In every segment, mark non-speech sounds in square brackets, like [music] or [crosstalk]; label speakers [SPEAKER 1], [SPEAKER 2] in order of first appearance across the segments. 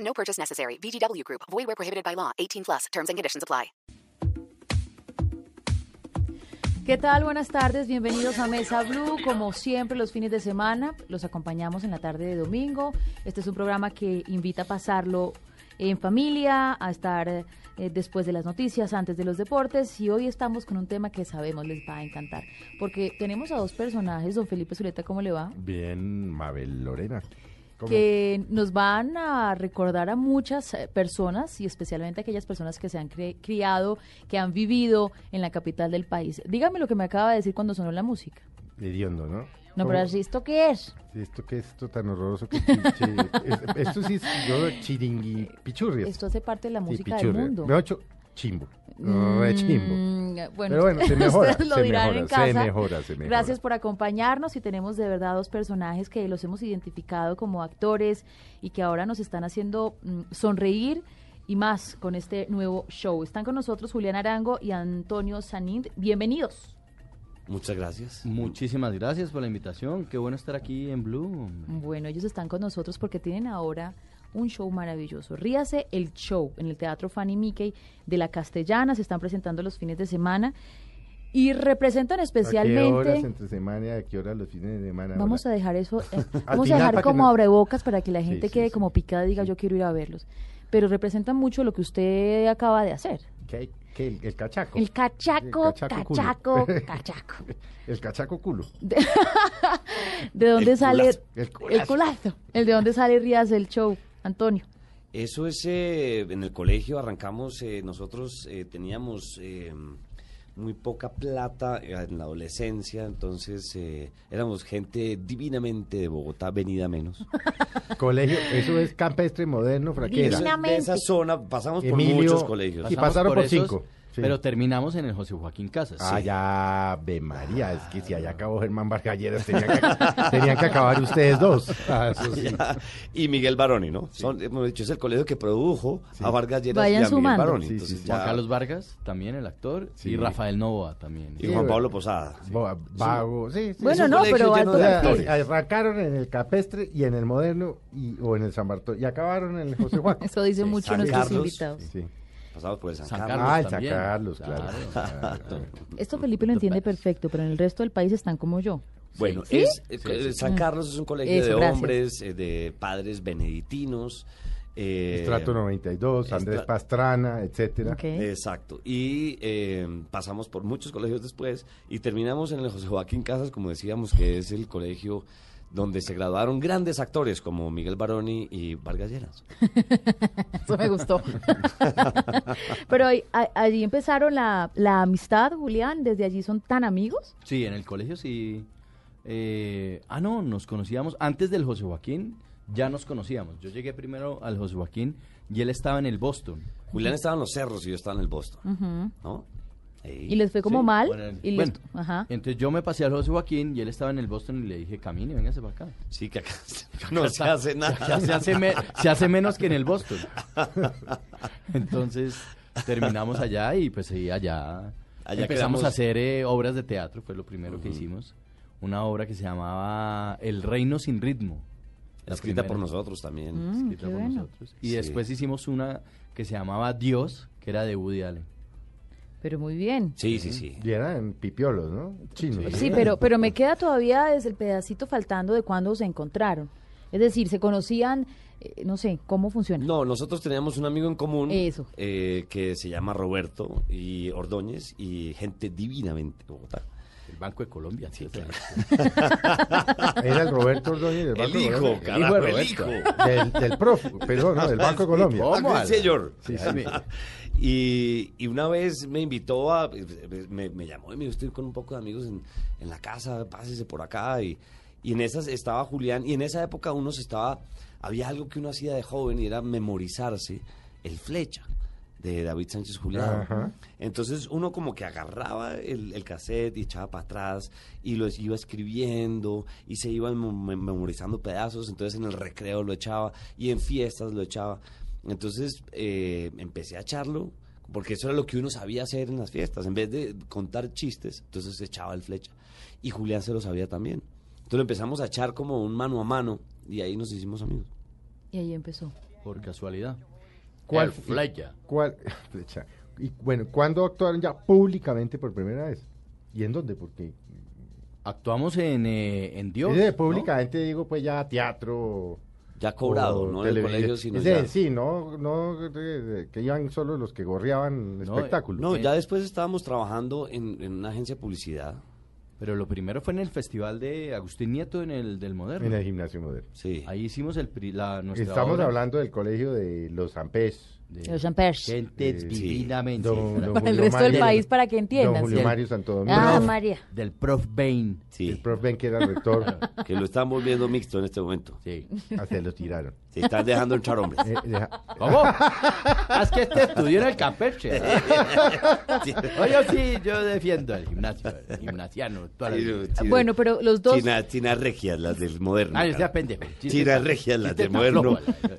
[SPEAKER 1] No purchase necessary. VGW Group. Void where prohibited by law. 18 plus. Terms and conditions apply.
[SPEAKER 2] ¿Qué tal? Buenas tardes, bienvenidos a Mesa Blue. Como siempre, los fines de semana los acompañamos en la tarde de domingo. Este es un programa que invita a pasarlo en familia, a estar eh, después de las noticias, antes de los deportes. Y hoy estamos con un tema que sabemos les va a encantar. Porque tenemos a dos personajes, don Felipe Zuleta, ¿cómo le va?
[SPEAKER 3] Bien, Mabel Lorena. ¿Cómo?
[SPEAKER 2] que nos van a recordar a muchas eh, personas y especialmente a aquellas personas que se han cre- criado, que han vivido en la capital del país. Dígame lo que me acaba de decir cuando sonó la música.
[SPEAKER 3] Hediondo, ¿no?
[SPEAKER 2] No,
[SPEAKER 3] ¿Cómo?
[SPEAKER 2] pero ¿esto qué es?
[SPEAKER 3] Esto que es esto tan horroroso que chiche- [laughs] es- esto sí es yo, chiringui, pichurrias.
[SPEAKER 2] Esto hace parte de la
[SPEAKER 3] Pues, Sí,
[SPEAKER 2] música del
[SPEAKER 3] pichurrias.
[SPEAKER 2] mundo.
[SPEAKER 3] Me ha hecho chimbo, re chimbo.
[SPEAKER 2] Mm,
[SPEAKER 3] Pero bueno,
[SPEAKER 2] [laughs]
[SPEAKER 3] se mejora,
[SPEAKER 2] ustedes lo
[SPEAKER 3] se
[SPEAKER 2] dirán
[SPEAKER 3] mejora,
[SPEAKER 2] en
[SPEAKER 3] se
[SPEAKER 2] casa.
[SPEAKER 3] mejora, se mejora.
[SPEAKER 2] Gracias por acompañarnos y tenemos de verdad dos personajes que los hemos identificado como actores y que ahora nos están haciendo mm, sonreír y más con este nuevo show. Están con nosotros Julián Arango y Antonio Sanind. Bienvenidos.
[SPEAKER 4] Muchas gracias.
[SPEAKER 5] Muchísimas gracias por la invitación. Qué bueno estar aquí en Blue. hombre.
[SPEAKER 2] Bueno, ellos están con nosotros porque tienen ahora un show maravilloso. Ríase el show en el Teatro Fanny Mickey de la Castellana. Se están presentando los fines de semana y representan
[SPEAKER 3] ¿A
[SPEAKER 2] especialmente...
[SPEAKER 3] qué horas entre semana y a qué horas los fines de semana?
[SPEAKER 2] Vamos a
[SPEAKER 3] Hola.
[SPEAKER 2] dejar eso,
[SPEAKER 3] [laughs]
[SPEAKER 2] eh, vamos a
[SPEAKER 3] Atinar
[SPEAKER 2] dejar
[SPEAKER 3] para que
[SPEAKER 2] como
[SPEAKER 3] no-
[SPEAKER 2] abrebocas para que la
[SPEAKER 3] Sí,
[SPEAKER 2] gente
[SPEAKER 3] sí,
[SPEAKER 2] quede
[SPEAKER 3] sí.
[SPEAKER 2] como picada y diga yo quiero ir a verlos. Pero representa mucho lo que usted acaba de hacer.
[SPEAKER 3] ¿Qué, qué, el, el cachaco.
[SPEAKER 2] El cachaco,
[SPEAKER 3] El cachaco
[SPEAKER 2] cachaco,
[SPEAKER 3] culo. [laughs]
[SPEAKER 2] cachaco.
[SPEAKER 3] El cachaco culo.
[SPEAKER 2] ¿De dónde
[SPEAKER 4] El
[SPEAKER 2] sale
[SPEAKER 4] culazo,
[SPEAKER 3] el
[SPEAKER 2] el
[SPEAKER 3] culazo.
[SPEAKER 2] culazo? El de dónde sale Rías el show, Antonio.
[SPEAKER 4] Eso es, eh, en el colegio arrancamos, eh, nosotros eh, teníamos eh, muy poca plata eh, en la adolescencia, entonces eh, éramos gente divinamente de Bogotá,
[SPEAKER 2] [laughs]
[SPEAKER 4] venida menos.
[SPEAKER 3] Colegio, eso es campestre moderno,
[SPEAKER 4] Eso es
[SPEAKER 3] fraquera.
[SPEAKER 4] de esa zona pasamos
[SPEAKER 3] Emilio-
[SPEAKER 4] por muchos colegios.
[SPEAKER 3] Y
[SPEAKER 5] Pasamos
[SPEAKER 3] pasaron por
[SPEAKER 5] esos,
[SPEAKER 3] cinco, sí.
[SPEAKER 5] Pero terminamos en el José Joaquín Casas.
[SPEAKER 3] Ah,
[SPEAKER 5] Sí.
[SPEAKER 3] ya, ve María, es que si allá acabó Germán Vargalleras, tenían que, tenían que acabar ustedes dos. Ah, eso sí.
[SPEAKER 4] [laughs] y Miguel Baroni, ¿no? Son, hemos dicho, es el colegio que produjo a Vargas Lleras y
[SPEAKER 2] Vayan
[SPEAKER 4] a Miguel
[SPEAKER 2] sumando.
[SPEAKER 4] Baroni.
[SPEAKER 3] Sí, sí,
[SPEAKER 4] entonces
[SPEAKER 3] sí.
[SPEAKER 5] Juan
[SPEAKER 4] ya-
[SPEAKER 5] Carlos Vargas, también el actor.
[SPEAKER 3] Sí.
[SPEAKER 5] Y Rafael Novoa también.
[SPEAKER 4] y Juan Pablo Posada.
[SPEAKER 3] Bo- Vago, sí, sí.
[SPEAKER 2] Bueno,
[SPEAKER 4] un
[SPEAKER 2] no,
[SPEAKER 4] colegio
[SPEAKER 2] pero
[SPEAKER 4] lleno
[SPEAKER 3] O
[SPEAKER 2] alto
[SPEAKER 3] sea,
[SPEAKER 2] perfil.
[SPEAKER 3] ar- arrancaron en el Capestre y en el Moderno y, o en el San Bartolo y acabaron en el José Juan.
[SPEAKER 2] [laughs] Eso dice mucho
[SPEAKER 4] San
[SPEAKER 2] nuestros
[SPEAKER 4] Carlos.
[SPEAKER 2] invitados.
[SPEAKER 3] Sí.
[SPEAKER 4] Pasamos por el San,
[SPEAKER 5] San
[SPEAKER 4] Carlos.
[SPEAKER 5] Carlos
[SPEAKER 3] Ah, el San
[SPEAKER 5] también.
[SPEAKER 3] Carlos, claro. Eh,
[SPEAKER 5] Claro.
[SPEAKER 3] claro.
[SPEAKER 2] Esto Felipe lo entiende perfecto, pero en el resto del país están como yo.
[SPEAKER 4] Bueno,
[SPEAKER 2] ¿Sí?
[SPEAKER 4] es, eh, co- eh, San Carlos es un colegio
[SPEAKER 2] Eso,
[SPEAKER 4] de
[SPEAKER 2] gracias.
[SPEAKER 4] hombres, eh, de padres benedictinos. eh,
[SPEAKER 3] Estrato 92, Andrés
[SPEAKER 4] Estra-
[SPEAKER 3] Pastrana, etcétera.
[SPEAKER 2] Ok.
[SPEAKER 4] Exacto. Y eh, pasamos por muchos colegios después y terminamos en el José Joaquín Casas, como decíamos, que es el colegio donde se graduaron grandes actores como Miguel Baroni y Vargas Lleras.
[SPEAKER 2] Eso me gustó. Pero ahí- a- allí empezaron la, la amistad, Julián. Desde allí son tan amigos.
[SPEAKER 5] Sí, en el colegio sí. Eh, ah, no, nos conocíamos. Antes del José Joaquín ya nos conocíamos. Yo llegué primero al José Joaquín y él estaba en el Boston.
[SPEAKER 4] Julián estaba en los cerros y yo estaba en el Boston, ¿no? Ey.
[SPEAKER 2] Y les fue como
[SPEAKER 5] Sí,
[SPEAKER 2] mal.
[SPEAKER 5] bueno, el-
[SPEAKER 2] y les-
[SPEAKER 5] bueno,
[SPEAKER 2] ajá.
[SPEAKER 5] Entonces yo me pasé al José Joaquín y él estaba en el Boston y le dije, camine, véngase para acá.
[SPEAKER 4] Sí,
[SPEAKER 5] [laughs]
[SPEAKER 4] que acá [laughs] no se hace
[SPEAKER 5] Ya
[SPEAKER 4] nada.
[SPEAKER 5] se hace, me- se hace menos que en el Boston. Entonces terminamos allá y pues sí, allá,
[SPEAKER 4] Allá
[SPEAKER 5] empezamos
[SPEAKER 4] quedamos.
[SPEAKER 5] a hacer eh, obras de teatro, fue lo primero que hicimos. Una obra que se llamaba El Reino sin Ritmo. La
[SPEAKER 4] Escrita por
[SPEAKER 5] primera,
[SPEAKER 4] nosotros también.
[SPEAKER 2] Mm,
[SPEAKER 5] escrita
[SPEAKER 2] qué
[SPEAKER 5] por
[SPEAKER 2] bueno.
[SPEAKER 5] nosotros. Y
[SPEAKER 4] Sí.
[SPEAKER 5] después hicimos una que se llamaba Dios, que era de Woody Allen.
[SPEAKER 2] Pero muy bien.
[SPEAKER 4] Sí, sí, sí.
[SPEAKER 3] Y eran pipiolos, ¿no? Chinos.
[SPEAKER 2] Sí, pero, pero me queda todavía desde el pedacito faltando de cuando se encontraron. Es decir, se conocían, eh, no sé, cómo funciona.
[SPEAKER 4] No, nosotros teníamos un amigo en común
[SPEAKER 2] Eso.
[SPEAKER 4] eh, que se llama Roberto y Ordóñez y gente divinamente de Bogotá.
[SPEAKER 5] El Banco de Colombia. Sí, claro.
[SPEAKER 3] Era el Roberto Ordóñez del Banco
[SPEAKER 4] El hijo,
[SPEAKER 3] Colombia.
[SPEAKER 4] carajo, el
[SPEAKER 3] Roberto.
[SPEAKER 4] hijo.
[SPEAKER 3] Del, del prof, perdón,
[SPEAKER 4] [laughs]
[SPEAKER 3] no, del Banco Colombia.
[SPEAKER 5] ¿Cómo?
[SPEAKER 4] Ah, sí, señor.
[SPEAKER 5] Sí, sí.
[SPEAKER 4] [laughs] Y, y una vez me invitó a. Me, me llamó y me dijo: Estoy con un poco de amigos en, en la casa, pásese por acá. Y, y en esas estaba Julián. Y en esa época uno se estaba había algo que uno hacía de joven y era memorizarse el flecha de David Sánchez Julián.
[SPEAKER 3] Ajá.
[SPEAKER 4] Entonces uno como que agarraba el, el cassette y echaba para atrás y lo iba escribiendo y se iban mem- memorizando pedazos, entonces en el recreo lo echaba y en fiestas lo echaba. Entonces eh, empecé a echarlo porque eso era lo que uno sabía hacer en las fiestas, en vez de contar chistes, entonces echaba el flecha. Y Julián se lo sabía también. Entonces lo empezamos a echar como un mano a mano y ahí nos hicimos amigos.
[SPEAKER 2] Y ahí empezó.
[SPEAKER 5] Por casualidad.
[SPEAKER 3] ¿Cuál-
[SPEAKER 5] El Flecha.
[SPEAKER 3] ¿Cuál? [laughs] Flecha. Y bueno, ¿cuándo actuaron ya públicamente por primera vez? ¿Y en dónde? Porque
[SPEAKER 5] Actuamos en, eh, en Dios.
[SPEAKER 3] es de
[SPEAKER 5] ¿no?
[SPEAKER 3] públicamente digo pues ya teatro.
[SPEAKER 4] Ya cobrado,
[SPEAKER 3] o
[SPEAKER 4] no en el
[SPEAKER 3] televisión.
[SPEAKER 4] colegio, sino
[SPEAKER 3] Es de-
[SPEAKER 4] ya-
[SPEAKER 3] sí, no, no de- de- que iban solo los que gorreaban
[SPEAKER 5] No,
[SPEAKER 3] espectáculos.
[SPEAKER 4] No,
[SPEAKER 5] Eh.
[SPEAKER 4] ya después estábamos trabajando en, en una agencia de publicidad.
[SPEAKER 5] Pero lo primero fue en el festival de Agustín Nieto en el del Moderno.
[SPEAKER 3] En el gimnasio moderno.
[SPEAKER 4] Sí.
[SPEAKER 5] Ahí hicimos el pri- la, nuestra
[SPEAKER 3] Estamos
[SPEAKER 5] obra
[SPEAKER 3] hablando del colegio de los Ampés.
[SPEAKER 5] de
[SPEAKER 2] Los Ampers.
[SPEAKER 5] gente
[SPEAKER 3] Sí.
[SPEAKER 5] divinamente.
[SPEAKER 3] Don-
[SPEAKER 5] [laughs]
[SPEAKER 3] don
[SPEAKER 2] Para el
[SPEAKER 3] Julio
[SPEAKER 2] resto del
[SPEAKER 3] Mario-
[SPEAKER 2] país, para que entiendan,
[SPEAKER 3] Don Julio
[SPEAKER 2] ¿cierto?
[SPEAKER 3] Mario Santo Domingo.
[SPEAKER 2] Ah,
[SPEAKER 5] Prof.
[SPEAKER 2] María.
[SPEAKER 5] Del prof Bain.
[SPEAKER 4] Sí,
[SPEAKER 3] El prof Ben, que era el
[SPEAKER 5] [laughs]
[SPEAKER 3] rector,
[SPEAKER 4] que lo están volviendo mixto en este momento.
[SPEAKER 5] Sí.
[SPEAKER 3] hasta lo tiraron.
[SPEAKER 4] Se están dejando entrar
[SPEAKER 5] [laughs]
[SPEAKER 4] hombres.
[SPEAKER 3] Eh, deja-
[SPEAKER 5] ¿Cómo? es que este estudió en el Campeche.
[SPEAKER 4] Sí.
[SPEAKER 5] Oye, sí, yo defiendo el gimnasio, el gimnasiano. toda la
[SPEAKER 4] Sí,
[SPEAKER 5] vida. Ah,
[SPEAKER 4] sí.
[SPEAKER 2] Bueno, pero los dos-
[SPEAKER 4] China, China regias, las del moderno.
[SPEAKER 5] Ay, sea
[SPEAKER 4] cara.
[SPEAKER 5] pendejo.
[SPEAKER 4] China regias, las del moderno.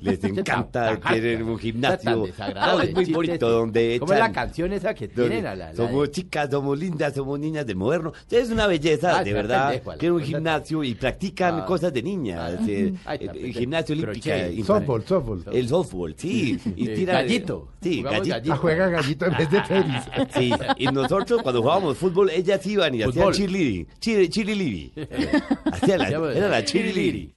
[SPEAKER 4] Les encanta, tienen un gimnasio. No, es muy bonito, donde
[SPEAKER 5] Como la
[SPEAKER 4] echan-
[SPEAKER 5] canción esa que
[SPEAKER 4] donde
[SPEAKER 5] tienen a la... la
[SPEAKER 4] somos
[SPEAKER 5] de-
[SPEAKER 4] chicas, somos lindas, somos niñas de moderno. Es una belleza,
[SPEAKER 5] Ay, Ah,
[SPEAKER 4] de
[SPEAKER 5] está
[SPEAKER 4] verdad.
[SPEAKER 5] pendejo, Alan,
[SPEAKER 4] Tienen un
[SPEAKER 5] está
[SPEAKER 4] gimnasio y practican
[SPEAKER 5] Ah.
[SPEAKER 4] cosas de niña.
[SPEAKER 5] Ah.
[SPEAKER 4] este,
[SPEAKER 5] Ay,
[SPEAKER 4] el,
[SPEAKER 5] está
[SPEAKER 4] el
[SPEAKER 5] pendejo.
[SPEAKER 4] gimnasio
[SPEAKER 5] Pero
[SPEAKER 4] olímpica.
[SPEAKER 5] che,
[SPEAKER 4] infantil.
[SPEAKER 3] softball, softball.
[SPEAKER 4] El softball, sí. Y
[SPEAKER 5] Eh,
[SPEAKER 4] tira-
[SPEAKER 5] gallito.
[SPEAKER 4] Sí,
[SPEAKER 5] Jugamos
[SPEAKER 4] gallito.
[SPEAKER 5] gallito.
[SPEAKER 3] Ah, juega gallito en vez de tenis.
[SPEAKER 4] Sí, y nosotros cuando jugábamos fútbol, ellas iban y hacían
[SPEAKER 5] Fútbol. [laughs]
[SPEAKER 4] cheerleading. Cheer, cheerleading. Hacían la-
[SPEAKER 5] Hacíamos-
[SPEAKER 4] era la cheerleading.